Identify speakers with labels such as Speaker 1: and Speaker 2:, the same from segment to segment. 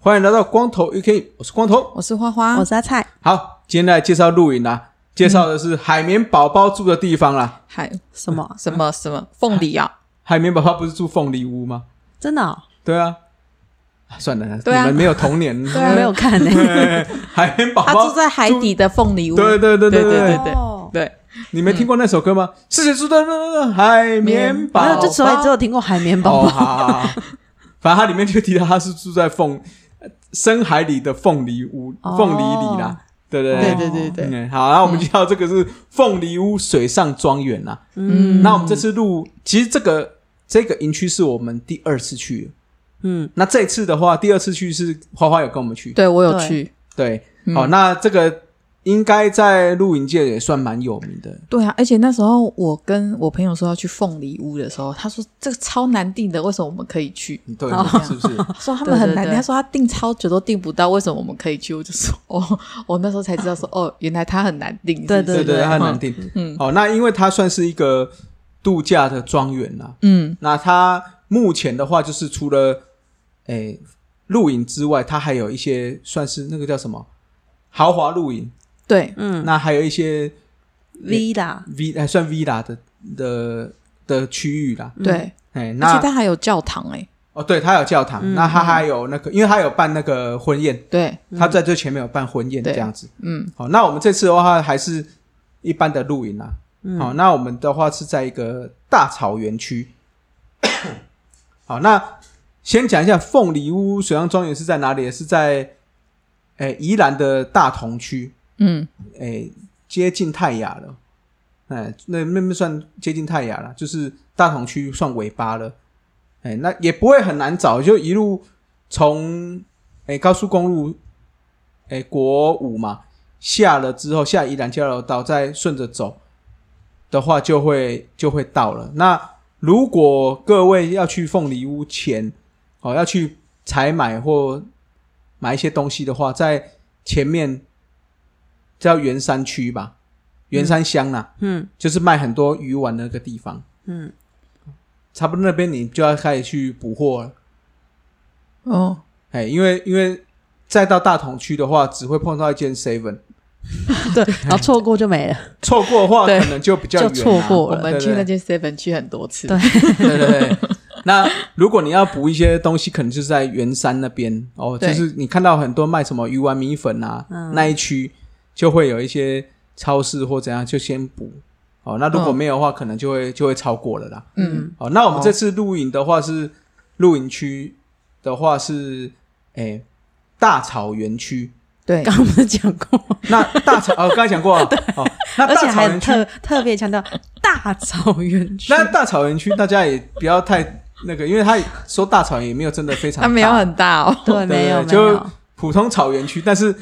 Speaker 1: 欢迎来到光头 UK，我是光头。
Speaker 2: 我是花花，
Speaker 3: 我是阿菜，
Speaker 1: 好，今天来介绍露营啦、介绍的是海绵宝宝住的地方啦。
Speaker 2: 海
Speaker 3: 什么？
Speaker 1: 嗯
Speaker 2: 什么什么凤梨啊？
Speaker 1: 海绵宝宝不是住凤梨屋吗？
Speaker 3: 真的、哦？
Speaker 1: 对啊，啊算了，
Speaker 2: 对啊
Speaker 1: 你们没有童年。
Speaker 2: 对啊
Speaker 3: 我没有看呢、
Speaker 1: 对 海绵宝
Speaker 2: 他
Speaker 1: 宝
Speaker 2: 住在海底的凤梨屋。
Speaker 1: 对对对
Speaker 2: 对
Speaker 1: 对
Speaker 2: 对对
Speaker 3: 哦
Speaker 2: 对，
Speaker 1: 你没听过那首歌吗？是谁住的海绵宝
Speaker 3: 没有，
Speaker 1: 宝？
Speaker 3: 就所以只有听过海绵宝
Speaker 1: 哦，
Speaker 3: 宝。
Speaker 1: 好好好好反正它里面就提到他是住在凤呃深海里的凤梨屋、
Speaker 3: 哦
Speaker 1: 凤梨里啦，对对
Speaker 2: 对对对对，
Speaker 1: 嗯，好，那我们就到这个是凤梨屋水上庄园啦。
Speaker 2: 嗯
Speaker 1: 那我们这次录，其实这个这个营区是我们第二次去的，
Speaker 3: 嗯，
Speaker 1: 那这次的话，第二次去是花花有跟我们去，
Speaker 2: 对我有去。
Speaker 1: 对，
Speaker 2: 嗯
Speaker 1: 好，那这个应该在露营界也算蛮有名的，
Speaker 2: 对啊，而且那时候我跟我朋友说要去凤梨屋的时候，他说这个超难订的，为什么我们可以去？
Speaker 1: 对
Speaker 3: 哦，
Speaker 1: 是不是？
Speaker 2: 他说他们很难
Speaker 3: 对
Speaker 2: 订，
Speaker 3: 对对
Speaker 2: 他说他订超久都订不到，为什么我们可以去？我就说 哦，我那时候才知道说哦，原来他很难订。是不是
Speaker 1: 对
Speaker 3: 对
Speaker 1: 对，它很难定。
Speaker 2: 嗯
Speaker 1: 好，那因为它算是一个度假的庄园啊啦，
Speaker 2: 嗯，
Speaker 1: 那它目前的话，就是除了诶露营之外，它还有一些算是那个叫什么豪华露营，
Speaker 2: 对，
Speaker 3: 嗯
Speaker 1: 那还有一些
Speaker 3: ，V 啦，
Speaker 1: V 还算 villa 的的的区域啦。
Speaker 3: 嗯
Speaker 2: 对，
Speaker 1: 哎，
Speaker 2: 而且
Speaker 1: 那
Speaker 2: 他还有教堂哎、
Speaker 1: 哦，对，它有教堂，
Speaker 3: 嗯
Speaker 1: 那它还有那个，因为它有办那个婚宴，
Speaker 2: 对，
Speaker 1: 它在最前面有办婚宴
Speaker 2: 对
Speaker 1: 这样子。
Speaker 2: 嗯，
Speaker 1: 好，那我们这次的话还是一般的露营啦。
Speaker 3: 嗯
Speaker 1: 好，那我们的话是在一个大草原区。好，那先讲一下凤梨屋水上庄园是在哪里？是在诶宜兰的大同区，
Speaker 2: 嗯，
Speaker 1: 诶哎接近泰雅了。哎，那那那算接近泰雅了，就是大同区算尾巴了。哎，那也不会很难找，就一路从哎高速公路哎国五嘛下了之后，下宜兰交流道再顺着走的话，就会就会到了。那如果各位要去凤梨屋前哦，要去采买或买一些东西的话，在前面叫圆山区吧，圆山乡啦、
Speaker 3: 嗯
Speaker 1: 就是卖很多鱼丸的那个地方。
Speaker 3: 嗯，
Speaker 1: 差不多那边你就要开始去捕获了，
Speaker 2: 哦，
Speaker 1: 哎，因为因为再到大同区的话，只会碰到一间 seven，
Speaker 3: 对，然后错过就没了。
Speaker 1: 错过的话
Speaker 2: 对
Speaker 1: 可能就比较远、啊，
Speaker 3: 就错过
Speaker 2: 我
Speaker 3: 了
Speaker 2: 们
Speaker 1: 对
Speaker 2: 去那
Speaker 1: 对
Speaker 2: 间 seven 去很多次，嗯
Speaker 3: 对
Speaker 1: 对对对。 那如果你要补一些东西，可能就是在圆山那边哦，就
Speaker 2: 对
Speaker 1: 是你看到很多卖什么鱼丸米粉啊、
Speaker 3: 嗯
Speaker 1: 那一区，就会有一些超市或怎样，就先补。哦，那如果
Speaker 2: 嗯
Speaker 1: 没有的话，可能就会就会超过了啦。
Speaker 2: 嗯，
Speaker 1: 哦，那我们这次露营的话是、露营区的话是诶、大草原区。
Speaker 2: 对，
Speaker 3: 刚刚不是讲过，
Speaker 1: 那大草哦，刚才讲过了哦。 那
Speaker 3: 而且
Speaker 1: 大草
Speaker 3: 还
Speaker 1: 原区，
Speaker 3: 特特别强调大草原区。
Speaker 1: 那大草原区大家也不要太那个，因为他说大草原也没有真的非常
Speaker 2: 它啊没有
Speaker 1: 大
Speaker 2: 很大哦，
Speaker 3: 对，没有
Speaker 1: 对
Speaker 3: 没
Speaker 1: 就
Speaker 3: 有，
Speaker 1: 普通草原区，但是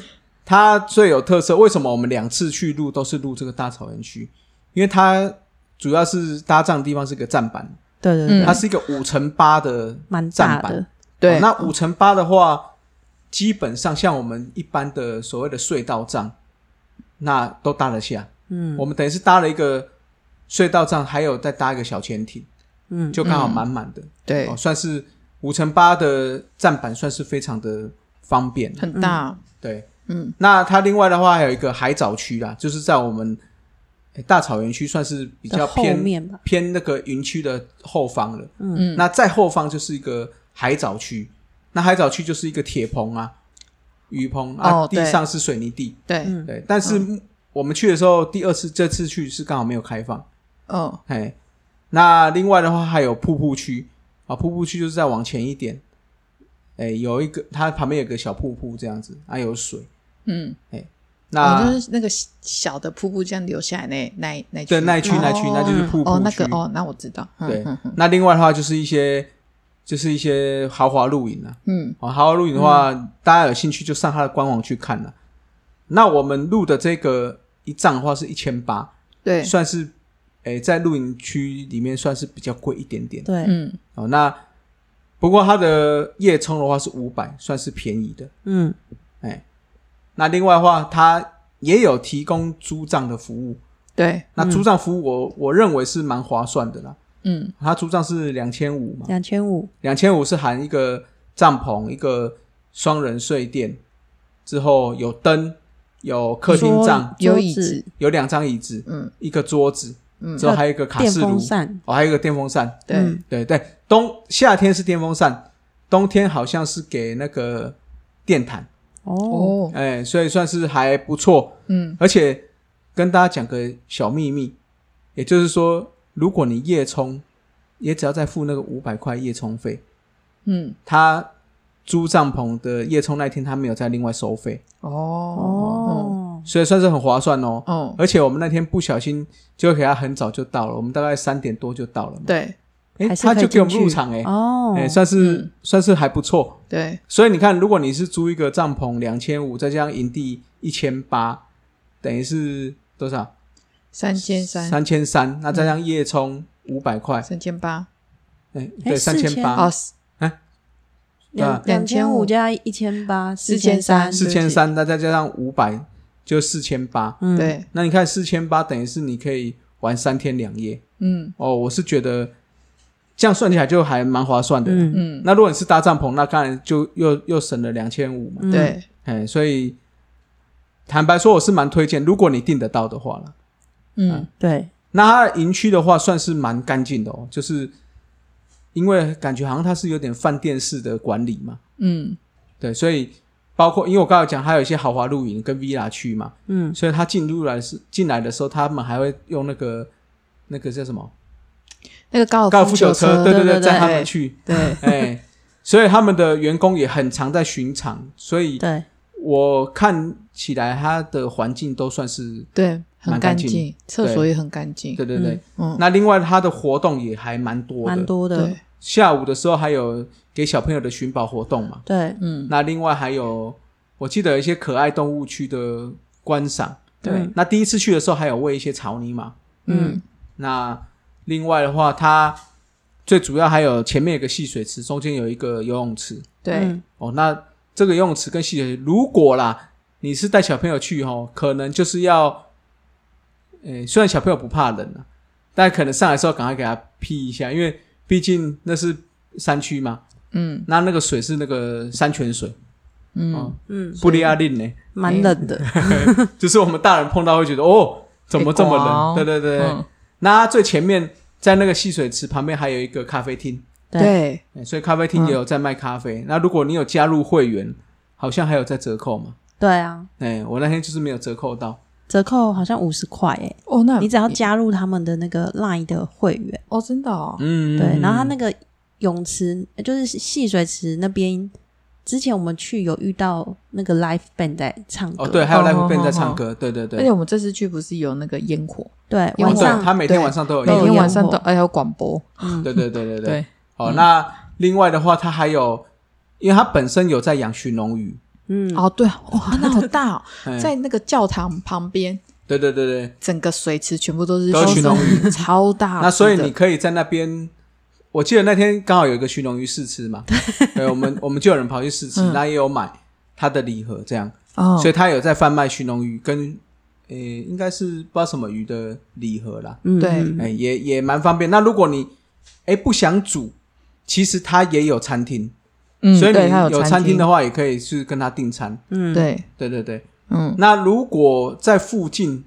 Speaker 1: 它最有特色。为什么我们两次去录都是录这个大草原区？因为它主要是搭帐的地方是个站板，
Speaker 3: 对对对
Speaker 2: 嗯
Speaker 1: 它是一个五乘八的
Speaker 3: 蛮
Speaker 1: 站
Speaker 3: 大
Speaker 1: 板
Speaker 3: 的。。
Speaker 1: 哦
Speaker 2: 对，
Speaker 1: 那五乘八的话，基本上像我们一般的所谓的隧道帐，那都搭得下。
Speaker 3: 嗯
Speaker 1: 我们等于是搭了一个隧道帐，还有再搭一个小潜艇，
Speaker 3: 嗯，
Speaker 1: 就刚好满满的。
Speaker 2: 对
Speaker 1: 哦，，算是五乘八的站板，算是非常的方便。
Speaker 2: 很大，
Speaker 1: 对，
Speaker 2: 嗯，
Speaker 1: 那它另外的话还有一个海藻区啦，就是在我们诶大草原区算是比较
Speaker 3: 的后
Speaker 1: 偏
Speaker 3: 面吧。
Speaker 1: 偏那个云区的后方了。
Speaker 2: 嗯
Speaker 1: 那再后方就是一个海藻区，那海藻区就是一个铁棚啊、鱼棚啊，
Speaker 2: 哦
Speaker 1: 地上是水泥地。
Speaker 2: 对，
Speaker 3: 嗯
Speaker 1: 对，但是我们去的时候，第二次这次去是刚好没有开放。
Speaker 2: 哦，
Speaker 1: 哎，那另外的话还有瀑布区啊，瀑布区就是再往前一点，哎，有一个它旁边有个小瀑布这样子，啊还、有水。
Speaker 2: 嗯，
Speaker 1: 那、
Speaker 2: 哦就是那个小的瀑布这样流下来那那那
Speaker 1: 对那一区
Speaker 2: 哦
Speaker 1: 那一区那就是瀑布区。
Speaker 2: 哦那个哦，那我知道，嗯
Speaker 1: 对
Speaker 2: 嗯，嗯
Speaker 1: 那另外的话就是一些就是一些豪华露营啊，
Speaker 2: 嗯，
Speaker 1: 哦，豪华露营的话，大家有兴趣就上它的官网去看了、那我们录的这个一账的话是一千八，
Speaker 2: 对，
Speaker 1: 算是诶、诶，在露营区里面算是比较贵一点点。
Speaker 3: 对，
Speaker 2: 嗯，
Speaker 1: 哦，那不过它的夜冲的话是五百，算是便宜的。
Speaker 3: 嗯，
Speaker 1: 那另外的话，它也有提供租帐的服务。
Speaker 2: 嗯对，
Speaker 1: 那租帐服务我，我、认为是蛮划算的啦。
Speaker 2: 嗯
Speaker 1: 它租帐是两千五嘛，
Speaker 3: 两千五，
Speaker 1: 两千五是含一个帐篷、一个双人睡垫，之后有灯、有客厅帐、
Speaker 3: 桌
Speaker 2: 有椅子，
Speaker 1: 有两张椅子、
Speaker 2: 嗯
Speaker 1: 一个桌子，
Speaker 2: 嗯
Speaker 1: 之，后还有一个卡
Speaker 3: 电
Speaker 1: 式炉
Speaker 3: 风，扇，
Speaker 1: 哦，还有一个电风扇。
Speaker 2: 对，
Speaker 3: 嗯
Speaker 1: 对对，冬夏天是电风扇，冬天好像是给那个电毯，
Speaker 3: 哦，
Speaker 2: 哦，
Speaker 1: 哎，所以算是还不错。
Speaker 2: 嗯，
Speaker 1: 而且跟大家讲个小秘密，也就是说，如果你夜冲，也只要再付那个五百块夜冲费，
Speaker 2: 嗯，
Speaker 1: 他租帐篷的夜冲那天他没有再另外收费，
Speaker 2: 哦，
Speaker 3: 哦，
Speaker 1: 所以算是很划算哦。
Speaker 2: 哦，
Speaker 1: 而且我们那天不小心就给他很早就到了，我们大概三点多就到了嘛，
Speaker 2: 对
Speaker 1: 哎，
Speaker 3: 还是
Speaker 1: 他
Speaker 3: 可以
Speaker 1: 就给我们
Speaker 3: 进去
Speaker 1: 入场哎、
Speaker 3: 哦，
Speaker 1: 哎，算是、
Speaker 2: 嗯
Speaker 1: 算是还不错。
Speaker 2: 对，
Speaker 1: 所以你看，如果你是租一个帐篷两千五，再加上营地一千八，等于是多少？
Speaker 2: 三千三，
Speaker 1: 三千三。那再加上夜冲五百块，
Speaker 2: 三千八，
Speaker 1: 哎，
Speaker 3: 哎
Speaker 1: 对，三
Speaker 3: 4000
Speaker 1: 千
Speaker 2: 哦
Speaker 1: 八，，
Speaker 3: 两
Speaker 2: 对啊
Speaker 3: 两千五加一千八，
Speaker 2: 4300
Speaker 1: 四千三，那再加上五百就四千八。
Speaker 3: 嗯，
Speaker 2: 对，
Speaker 1: 那你看四千八等于是你可以玩三天两夜
Speaker 2: 嗯
Speaker 1: 哦。我是觉得这样算起来就还蛮划算的。
Speaker 3: 嗯，
Speaker 2: 嗯，
Speaker 1: 那如果你是搭帐篷，那当然就又又省了两千五嘛。
Speaker 3: 嗯
Speaker 2: 对，
Speaker 1: 哎，所以坦白说，我是蛮推荐，如果你订得到的话啦。
Speaker 2: 嗯
Speaker 3: 对，
Speaker 1: 那它的营区的话，算是蛮干净的哦，就是因为感觉好像它是有点饭店式的管理嘛，
Speaker 2: 嗯
Speaker 1: 对，所以包括因为我刚才有讲，它有一些豪华露营跟 villa 区嘛，
Speaker 3: 嗯，
Speaker 1: 所以它进入来是进来的时候，他们还会用那个那个叫什么
Speaker 2: 那个高
Speaker 1: 高
Speaker 2: 尔
Speaker 1: 尔夫球
Speaker 2: 哦车，
Speaker 1: 对
Speaker 2: 对
Speaker 1: 对，
Speaker 2: 对，
Speaker 1: 载他们去，
Speaker 2: 对，
Speaker 1: 哎，所以他们的员工也很常在巡场，所以
Speaker 3: 对，
Speaker 1: 我看起来它的环境都算是，
Speaker 2: 对，很
Speaker 1: 蛮
Speaker 2: 干
Speaker 1: 干
Speaker 2: 净
Speaker 1: 净，
Speaker 2: 厕所也很干净，
Speaker 1: 对对对。
Speaker 2: 嗯，
Speaker 1: 那另外它的活动也还蛮多
Speaker 3: 蛮
Speaker 1: 的，
Speaker 3: 多的
Speaker 2: 对，，
Speaker 1: 下午的时候还有给小朋友的寻宝活动嘛，
Speaker 3: 对，
Speaker 2: 嗯，
Speaker 1: 那另外还有我记得有一些可爱动物区的观赏，
Speaker 2: 对，
Speaker 1: 那第一次去的时候还有喂一些草泥马，
Speaker 2: 嗯
Speaker 3: 嗯
Speaker 1: 那另外的话，它最主要还有前面有个戏水池，中间有一个游泳池
Speaker 2: 对，
Speaker 3: 嗯
Speaker 1: 哦，那这个游泳池跟戏水池，如果啦你是带小朋友去哦，可能就是要，诶，虽然小朋友不怕冷啊，但可能上来的时候赶快给他劈一下，因为毕竟那是山区嘛。
Speaker 2: 嗯
Speaker 1: 那那个水是那个山泉水，
Speaker 2: 嗯
Speaker 1: 嗯，
Speaker 3: 嗯，
Speaker 1: 布利亚令呢，
Speaker 3: 蛮冷的，
Speaker 1: 就是我们大人碰到会觉得哦，怎么这么冷？
Speaker 2: 哎广
Speaker 1: 对对对。
Speaker 2: 嗯
Speaker 1: 那它最前面在那个戏水池旁边还有一个咖啡厅，
Speaker 2: 对，
Speaker 1: 哎所以咖啡厅
Speaker 2: 嗯
Speaker 1: 也有在卖咖啡。那如果你有加入会员，好像还有在折扣嘛？
Speaker 3: 对啊，
Speaker 1: 哎，我那天就是没有折扣到，
Speaker 3: 折扣好像五十块诶，
Speaker 2: 哦，那
Speaker 3: 你只要加入他们的那个 LINE 的会员，
Speaker 2: 哦，真的哦，
Speaker 1: 嗯，
Speaker 3: 对，然后他那
Speaker 1: 个
Speaker 3: 个泳池就是戏水池那边，之前我们去有遇到那个 live band 在唱歌，
Speaker 1: 哦对，还有
Speaker 2: 哦
Speaker 1: Live
Speaker 2: 哦
Speaker 1: Band 在
Speaker 2: 哦
Speaker 1: 唱歌，对对
Speaker 2: 而且
Speaker 1: 对，
Speaker 2: 我们这次去不是有那个烟火，
Speaker 3: 对
Speaker 2: 因为
Speaker 1: 哦
Speaker 3: 晚
Speaker 1: 对
Speaker 3: 上
Speaker 1: 他每天
Speaker 2: 对
Speaker 1: 晚上都有
Speaker 2: 每
Speaker 1: 演，
Speaker 2: 天
Speaker 3: 烟
Speaker 2: 晚上
Speaker 3: 火
Speaker 2: 都还有广播，
Speaker 3: 嗯
Speaker 1: 对对对哦对对。
Speaker 2: 对，嗯
Speaker 1: 哦，那另外的话，它还有，因为它本身有在养鲟龙鱼，
Speaker 3: 嗯，
Speaker 2: 哦对啊，哇，那好 大哦，
Speaker 1: 哎
Speaker 2: 在那个教堂旁边，
Speaker 1: 对对对对，
Speaker 2: 整个水池全部都是
Speaker 1: 都是
Speaker 2: 熏
Speaker 1: 熏龙
Speaker 2: 鱼， 超啊大只的，
Speaker 1: 那所以你可以在那边，我记得那天刚好有一个熏龙鱼试吃 嘛，对，我们我们就有人跑去试吃
Speaker 2: 嗯，
Speaker 1: 那也有买他的礼盒这样，
Speaker 2: 哦，
Speaker 1: 所以他有在贩卖熏龙鱼跟呃应该是不知道什么鱼的礼盒啦，
Speaker 3: 嗯
Speaker 2: 对
Speaker 3: 嗯
Speaker 1: 哎、也也蛮方便。那如果你哎不想煮，其实他也有餐厅，
Speaker 2: 嗯
Speaker 1: 所以
Speaker 2: 对
Speaker 1: 你
Speaker 2: 它
Speaker 1: 有
Speaker 2: 餐
Speaker 1: 餐厅的，话，也可以去跟他订餐。
Speaker 3: 嗯，
Speaker 2: 对，
Speaker 1: 对对对，
Speaker 2: 嗯，
Speaker 1: 那如果在附近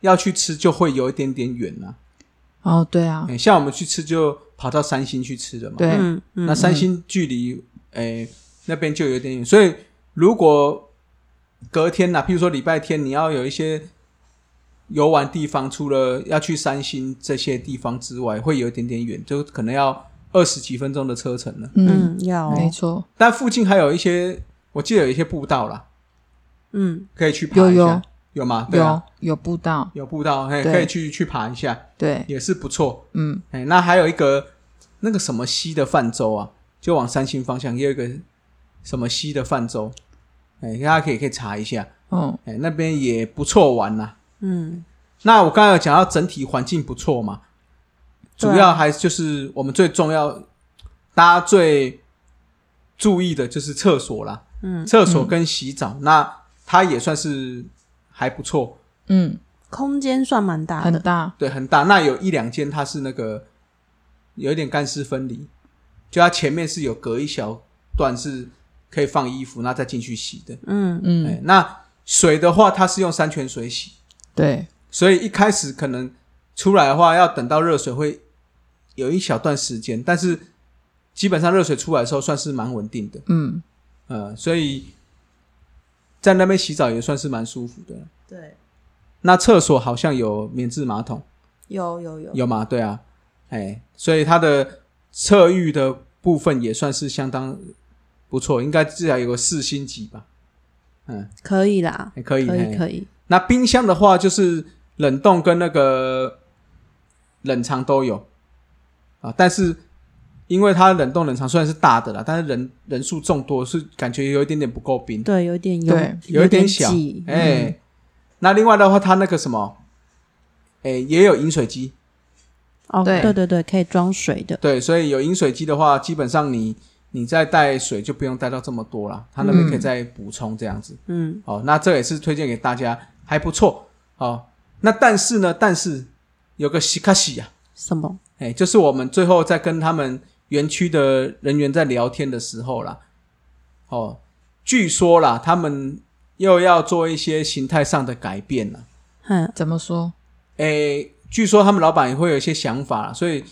Speaker 1: 要去吃，就会有一点点远啦、
Speaker 2: 哦对啊，
Speaker 1: 哎像我们去吃就跑到三星去吃的嘛。
Speaker 2: 对，
Speaker 3: 嗯，嗯
Speaker 1: 那三星距离诶、那边就有点远，所以如果隔天呐、譬如说礼拜天，你要有一些游玩地方，除了要去三星这些地方之外，会有一点点远，就可能要二十几分钟的车程了。
Speaker 2: 嗯，
Speaker 3: 嗯要哦
Speaker 2: 没错，
Speaker 1: 但附近还有一些，我记得有一些步道啦，
Speaker 3: 嗯
Speaker 1: 可以去爬
Speaker 2: 有
Speaker 1: 一下，
Speaker 2: 有
Speaker 1: 有吗？对
Speaker 2: 有
Speaker 1: 啊，
Speaker 2: 有步道，
Speaker 1: 有步道，嘿，
Speaker 2: 对
Speaker 1: 可以去去爬一下，
Speaker 2: 对，
Speaker 1: 也是不错。
Speaker 2: 嗯
Speaker 1: 哎、那还有一个那个什么西的泛舟啊，就往三星方向也有一个什么西的泛舟，哎、大家可以可以查一下，
Speaker 2: 嗯
Speaker 1: 哎、那边也不错玩呐、
Speaker 3: 嗯
Speaker 1: 那我刚才有讲到整体环境不错嘛，
Speaker 3: 对啊
Speaker 1: 主要还就是我们最重要，大家最注意的就是厕所啦，
Speaker 3: 嗯，
Speaker 1: 厕所跟洗澡，那它也算是还不错，
Speaker 2: 嗯，
Speaker 3: 空间算蛮大
Speaker 2: 很
Speaker 3: 的，
Speaker 2: 大，
Speaker 1: 对，很大。那有一两间它是那个有一点干湿分离，就它前面是有隔一小段是可以放衣服，那再进去洗的。
Speaker 3: 嗯，
Speaker 1: 哎
Speaker 2: 嗯，
Speaker 1: 那水的话，它是用山泉水洗，
Speaker 2: 对，
Speaker 1: 所以一开始可能出来的话，要等到热水会有一小段时间，但是基本上热水出来的时候算是蛮稳定的，
Speaker 2: 嗯，
Speaker 1: 呃，所以在那边洗澡也算是蛮舒服的。
Speaker 3: 对，
Speaker 1: 那厕所好像有免治马桶，
Speaker 3: 有有有，
Speaker 1: 有吗？对啊，哎，所以它的侧浴的部分也算是相当不错，应该至少有个四星级吧，
Speaker 3: 可以啦，
Speaker 1: 还可以，
Speaker 3: 可以
Speaker 1: 嘿
Speaker 3: 可以，
Speaker 1: 那冰箱的话，就是冷冻跟那个冷藏都有啊，但是因为它冷冻冷藏虽然是大的啦，但是人人数众多，是感觉有一点点不够冰，
Speaker 3: 对，有点有
Speaker 2: 对
Speaker 1: 有一点
Speaker 3: 点
Speaker 1: 小
Speaker 3: 挤，嗯
Speaker 1: 哎、那另外的话，它那个什么，哎、也有饮水机，
Speaker 3: 哦，
Speaker 2: 对
Speaker 3: 对对对，可以装水的，
Speaker 1: 对，所以有饮水机的话，基本上你你再带水就不用带到这么多了，它那边可以再补充这样子。
Speaker 3: 嗯，
Speaker 1: 哦，那这也是推荐给大家，还不错。哦，那但是呢，但是有个西卡西啊，
Speaker 3: 什么？
Speaker 1: 哎，就是我们最后在跟他们园区的人员在聊天的时候啦，哦，据说啦，他们又要做一些形态上的改变了。
Speaker 3: 嗯，
Speaker 2: 怎么说？
Speaker 1: 哎，据说他们老板也会有一些想法啦，所以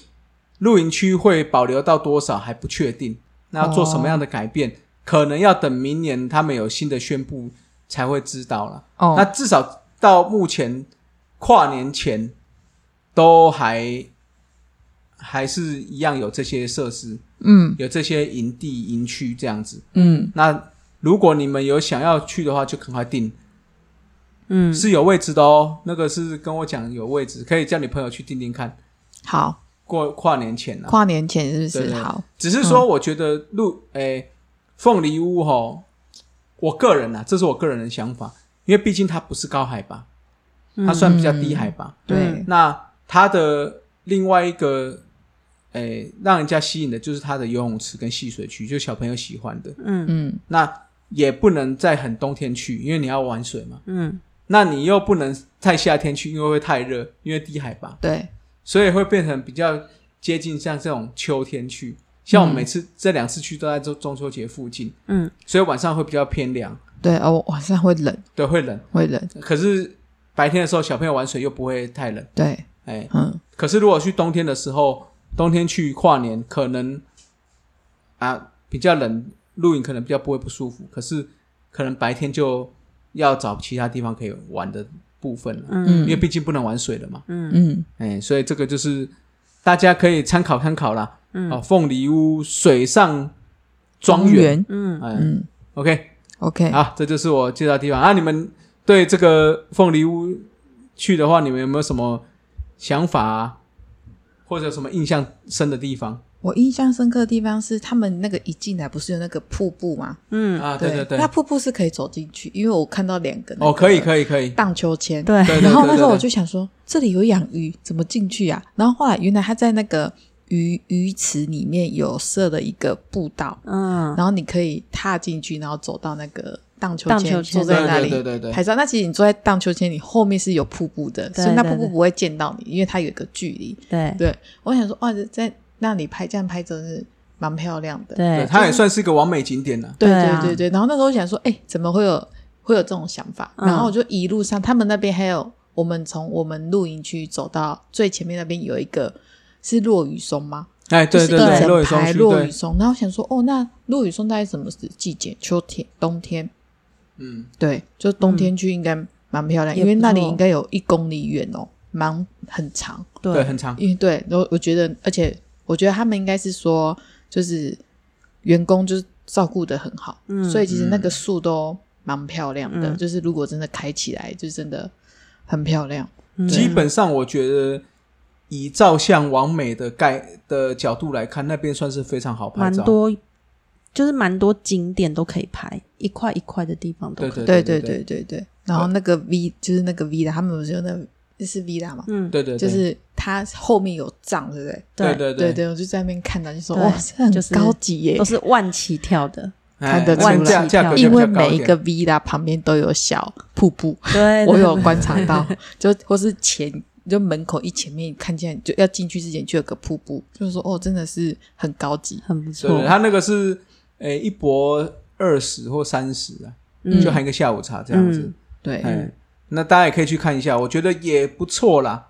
Speaker 1: 露营区会保留到多少还不确定。那要做什么样的改变，可能要等明年他们有新的宣布才会知道啦。
Speaker 2: 哦，
Speaker 1: 那至少到目前跨年前都还还是一样有这些设施，
Speaker 2: 嗯
Speaker 1: 有这些营地、营区这样子。
Speaker 2: 嗯，
Speaker 1: 那如果你们有想要去的话，就赶快订，
Speaker 3: 嗯，
Speaker 1: 是有位置的哦。那个是跟我讲有位置，可以叫你朋友去订订看。
Speaker 2: 好，
Speaker 1: 过跨年前啊，
Speaker 2: 跨年前是不
Speaker 1: 对
Speaker 2: 是？
Speaker 1: 对
Speaker 2: 好，
Speaker 1: 只是说我觉得路诶、凤梨屋吼，我个人啊，这是我个人的想法，因为毕竟它不是高海拔，它算比较低海拔。
Speaker 2: 对，
Speaker 1: 那它的另外一个，诶、让人家吸引的就是它的游泳池跟戏水区，就是小朋友喜欢的。
Speaker 3: 嗯
Speaker 2: 嗯
Speaker 1: 那也不能在很冬天去，因为你要玩水嘛。
Speaker 3: 嗯，
Speaker 1: 那你又不能在夏天去，因为会太热，因为低海拔，
Speaker 2: 对，
Speaker 1: 所以会变成比较接近像这种秋天去。像我们每次、这两次去都在中中秋节附近，
Speaker 3: 嗯，
Speaker 1: 所以晚上会比较偏凉，
Speaker 2: 对哦，晚上会冷，
Speaker 1: 对，会冷。
Speaker 2: 会冷，
Speaker 1: 可是白天的时候小朋友玩水又不会太冷，
Speaker 2: 对，
Speaker 1: 哎、
Speaker 2: 嗯
Speaker 1: 可是如果去冬天的时候，冬天去跨年，可能啊比较冷，露营可能比较不会不舒服。可是可能白天就要找其他地方可以玩的部分了，因为
Speaker 2: 嗯
Speaker 1: 毕竟不能玩水了嘛。
Speaker 2: 嗯，
Speaker 1: 哎、所以这个就是大家可以参考参考啦。嗯，哦，凤梨屋水上庄园，，
Speaker 3: 嗯
Speaker 1: 嗯
Speaker 2: 嗯哎
Speaker 1: ，OK，
Speaker 2: ，OK，
Speaker 1: 好，这就是我介绍的地方。啊，你们对这个凤梨屋去的话，你们有没有什么想法、啊，或者有什么印象深的地方
Speaker 2: 我印象深刻的地方是，他们那个一进来不是有那个瀑布吗？
Speaker 3: 嗯，
Speaker 1: 啊？对对对
Speaker 2: 那，瀑布是可以走进去，因为我看到两个
Speaker 1: 哦，可以
Speaker 2: 以
Speaker 1: 可以可 以，
Speaker 2: 荡秋千，
Speaker 3: 对
Speaker 1: 对对
Speaker 2: 然后
Speaker 1: 对
Speaker 2: 那时候
Speaker 1: 对
Speaker 2: 我就想说，这里有养鱼，怎么进去啊？然后后来原来他在那个鱼鱼池里面有设了一个步道，
Speaker 3: 嗯，
Speaker 2: 然后你可以踏进去，然后走到那个荡秋
Speaker 3: 荡秋千
Speaker 2: 坐在那
Speaker 1: 对
Speaker 2: 里
Speaker 1: 对对对对，
Speaker 2: 拍照。那其实你坐在荡秋千，你后面是有瀑布的，
Speaker 3: 对
Speaker 2: 所以那
Speaker 3: 对
Speaker 2: 瀑布
Speaker 3: 对
Speaker 2: 不会溅到你，因为它有一个距离。
Speaker 3: 对
Speaker 2: 对我想说，哇，在那里拍这样拍真是蛮漂亮的。
Speaker 1: 对
Speaker 3: 对，
Speaker 1: 它也算是一个完美景点了。
Speaker 2: 对
Speaker 3: 对啊
Speaker 2: 对对对，然后那时候我想说，哎、怎么会有会有这种想法？
Speaker 3: 嗯
Speaker 2: 然后我就一路上，他们那边还有我们从我们露营区走到最前面那边有一个是落雨松吗？
Speaker 1: 哎，对对
Speaker 2: 就是
Speaker 1: 对，
Speaker 2: 一
Speaker 1: 落雨
Speaker 2: 整
Speaker 1: 松
Speaker 2: 排
Speaker 1: 区
Speaker 2: 落雨
Speaker 1: 对，
Speaker 2: 松。然后我想说，哦，那落雨松大概什么时季节？秋天、冬天？
Speaker 1: 嗯，
Speaker 2: 对，就冬天去应该蛮漂亮，
Speaker 3: 也
Speaker 2: 因为那里
Speaker 3: 不错
Speaker 2: 应该有一公里远哦，蛮很长。
Speaker 1: 对，很长，
Speaker 2: 因为对，然后我觉得，而且我觉得他们应该是说，就是员工就是照顾的很好，
Speaker 3: 嗯
Speaker 2: 所以其实那个树都蛮漂亮的，
Speaker 3: 嗯
Speaker 2: 就是如果真的开起来，就真的很漂亮。
Speaker 3: 嗯
Speaker 1: 基本上我觉得。以照相完美的概的角度来看，那边算是非常好拍
Speaker 3: 蛮
Speaker 1: 照。
Speaker 3: 多，就是蛮多景点都可以拍，一块一块的地方都
Speaker 1: 对
Speaker 3: 可以。
Speaker 1: 对对
Speaker 2: 对对对对对。然后那个 V 就是那个 V 的，他们不是有那那是 villa 嘛，
Speaker 3: 嗯，
Speaker 1: 对对，对
Speaker 2: 就是它后面有帐，对不对？
Speaker 1: 对
Speaker 3: 对，
Speaker 1: 对
Speaker 2: 对对，我就在那边看到，就说
Speaker 3: 对
Speaker 2: 哇，这
Speaker 3: 就
Speaker 2: 很
Speaker 3: 是
Speaker 2: 高级耶
Speaker 3: 都，是万起跳 的，
Speaker 1: 哎
Speaker 2: 看得
Speaker 1: 那边
Speaker 3: 出
Speaker 1: 价
Speaker 3: 来
Speaker 1: 价格就
Speaker 2: 因
Speaker 1: 比
Speaker 2: 为
Speaker 1: 较高
Speaker 2: 每一
Speaker 1: 点
Speaker 2: 个 villa 旁边都有小瀑布，
Speaker 3: 对
Speaker 2: 我有观察到，就或是前就门口一前面看见就要进去之前就有个瀑布，就是说哦，真的是很高级，
Speaker 3: 很不
Speaker 1: 对对，
Speaker 3: 错，
Speaker 1: 他那个是诶一博二十或三十啊，
Speaker 3: 嗯
Speaker 1: 就含一个下午茶这样子
Speaker 3: 嗯。
Speaker 2: 对，
Speaker 1: 哎，那大家也可以去看一下，我觉得也不错啦。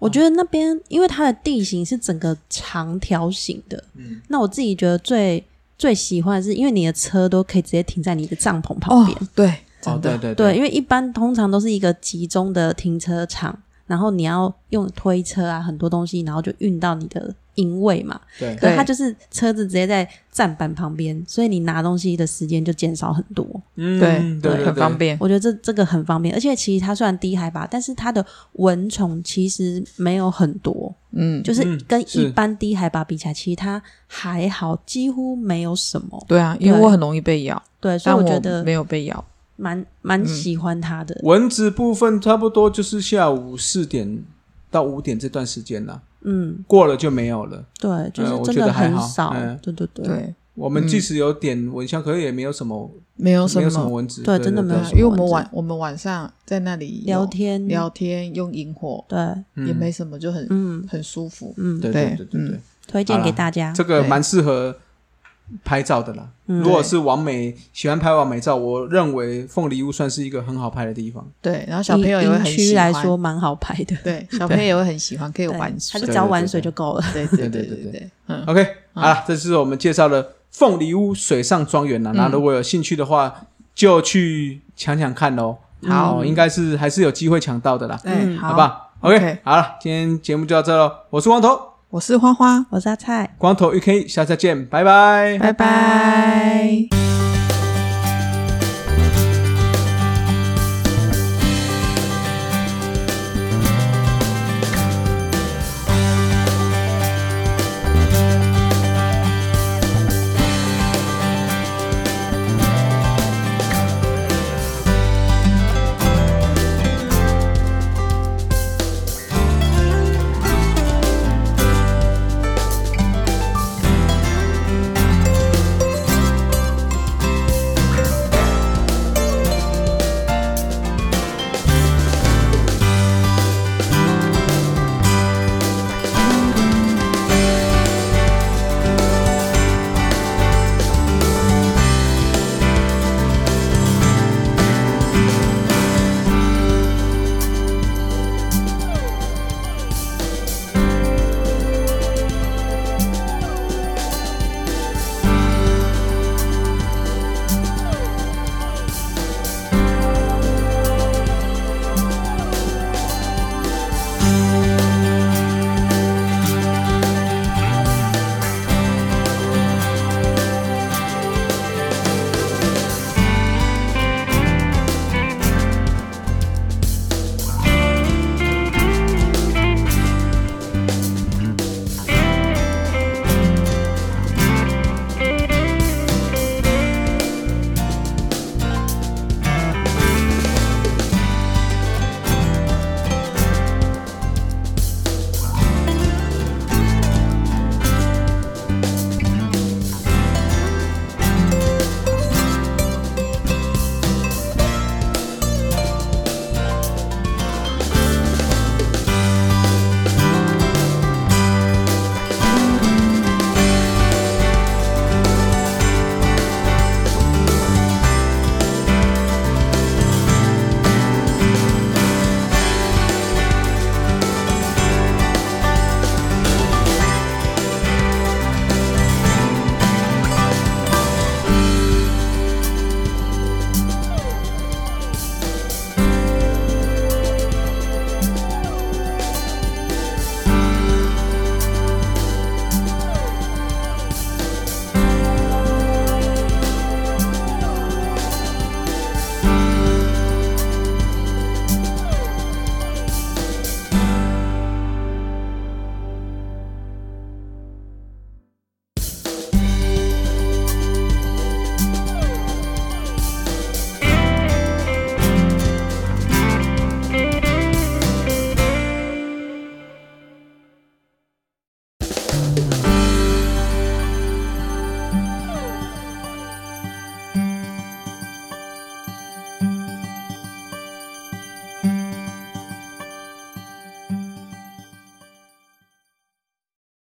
Speaker 3: 我觉得那边因为它的地形是整个长条形的，
Speaker 1: 嗯
Speaker 3: 那我自己觉得最最喜欢的是，因为你的车都可以直接停在你的帐篷旁
Speaker 2: 哦
Speaker 3: 边，，
Speaker 2: 对，
Speaker 1: 哦，
Speaker 2: 真
Speaker 1: 对
Speaker 2: 的，
Speaker 1: 对
Speaker 3: 对，因为一般通常都是一个集中的停车场，然后你要用推车啊，很多东西，然后就运到你的营位嘛。
Speaker 1: 对
Speaker 3: 可是它
Speaker 2: 对
Speaker 3: 就是车子直接在站板旁边，所以你拿东西的时间就减少很多。
Speaker 1: 嗯
Speaker 2: 对
Speaker 1: 对对，
Speaker 2: 很方
Speaker 1: 对。
Speaker 2: 便，
Speaker 3: 我觉得这这个很方便，而且其实它虽然低海拔，但是它的蚊虫其实没有很多，
Speaker 2: 嗯，
Speaker 3: 就是
Speaker 1: 嗯
Speaker 3: 跟
Speaker 1: 是
Speaker 3: 一般低海拔比起来，其实它还好，几乎没有什么。
Speaker 2: 对啊，因为
Speaker 3: 对
Speaker 2: 我很容易被咬，
Speaker 3: 对，所以
Speaker 2: 但
Speaker 3: 我
Speaker 2: 我
Speaker 3: 觉得
Speaker 2: 没有被咬，
Speaker 3: 蛮
Speaker 1: 嗯
Speaker 3: 蛮喜欢它的。
Speaker 1: 蚊子部分差不多就是下午四点到五点这段时间啦，
Speaker 3: 嗯，
Speaker 1: 过了就没有了。
Speaker 3: 对，就
Speaker 1: 嗯
Speaker 3: 是
Speaker 1: 我
Speaker 3: 真
Speaker 1: 觉
Speaker 3: 的
Speaker 1: 得还
Speaker 3: 很
Speaker 1: 好
Speaker 3: 少。
Speaker 1: 嗯
Speaker 3: 对对对。
Speaker 2: 对，
Speaker 1: 我们
Speaker 2: 嗯
Speaker 1: 即使有点蚊香，可是也没有什么，
Speaker 2: 没有什
Speaker 1: 没有什么
Speaker 2: 么，
Speaker 1: 蚊子。
Speaker 3: 对
Speaker 1: 对，
Speaker 3: 真的没
Speaker 1: 对
Speaker 2: 对
Speaker 3: 有
Speaker 2: 啊
Speaker 3: 什，
Speaker 2: 因
Speaker 3: 么
Speaker 2: 为我们
Speaker 3: 蚊子
Speaker 2: 晚我们晚上在那里
Speaker 3: 聊
Speaker 2: 有
Speaker 3: 天
Speaker 2: 聊天，用萤火
Speaker 3: 对，
Speaker 1: 嗯
Speaker 2: 也没什么，就很
Speaker 3: 嗯
Speaker 2: 很舒服，
Speaker 3: 嗯，
Speaker 1: 对对
Speaker 2: 对
Speaker 1: 对对对
Speaker 2: 嗯，
Speaker 3: 推荐给大家。
Speaker 1: 这个
Speaker 2: 对
Speaker 1: 蛮适合拍照的啦。
Speaker 3: 嗯
Speaker 1: 如果是完美喜欢拍完美照，我认为凤梨屋算是一个很好拍的地方。
Speaker 2: 对，然后小朋友也会
Speaker 3: 营
Speaker 2: 很
Speaker 3: 区
Speaker 2: 喜
Speaker 3: 来
Speaker 2: 欢，
Speaker 3: 说蛮好拍的，
Speaker 2: 对，小朋友也会很喜欢，可以
Speaker 3: 对
Speaker 2: 玩
Speaker 3: 他
Speaker 2: 水
Speaker 3: 就，只要玩水就够了。
Speaker 2: 对
Speaker 1: 对
Speaker 2: 对对
Speaker 1: 对对
Speaker 2: 对，嗯，
Speaker 1: OK，、好了，这是我们介绍的凤梨屋水上庄园啦。
Speaker 2: 嗯
Speaker 1: 那、如果有兴趣的话，就去抢抢看喽。
Speaker 2: 好
Speaker 1: 哦，应该是还是有机会抢到的啦，
Speaker 2: 对，
Speaker 1: 好不好 OK，,
Speaker 2: OK
Speaker 1: 好了，今天节目就到这喽。我是光头，
Speaker 2: 我是花花，
Speaker 3: 我是阿菜。
Speaker 1: 光头 UK，下次再见，拜拜。
Speaker 2: 拜拜。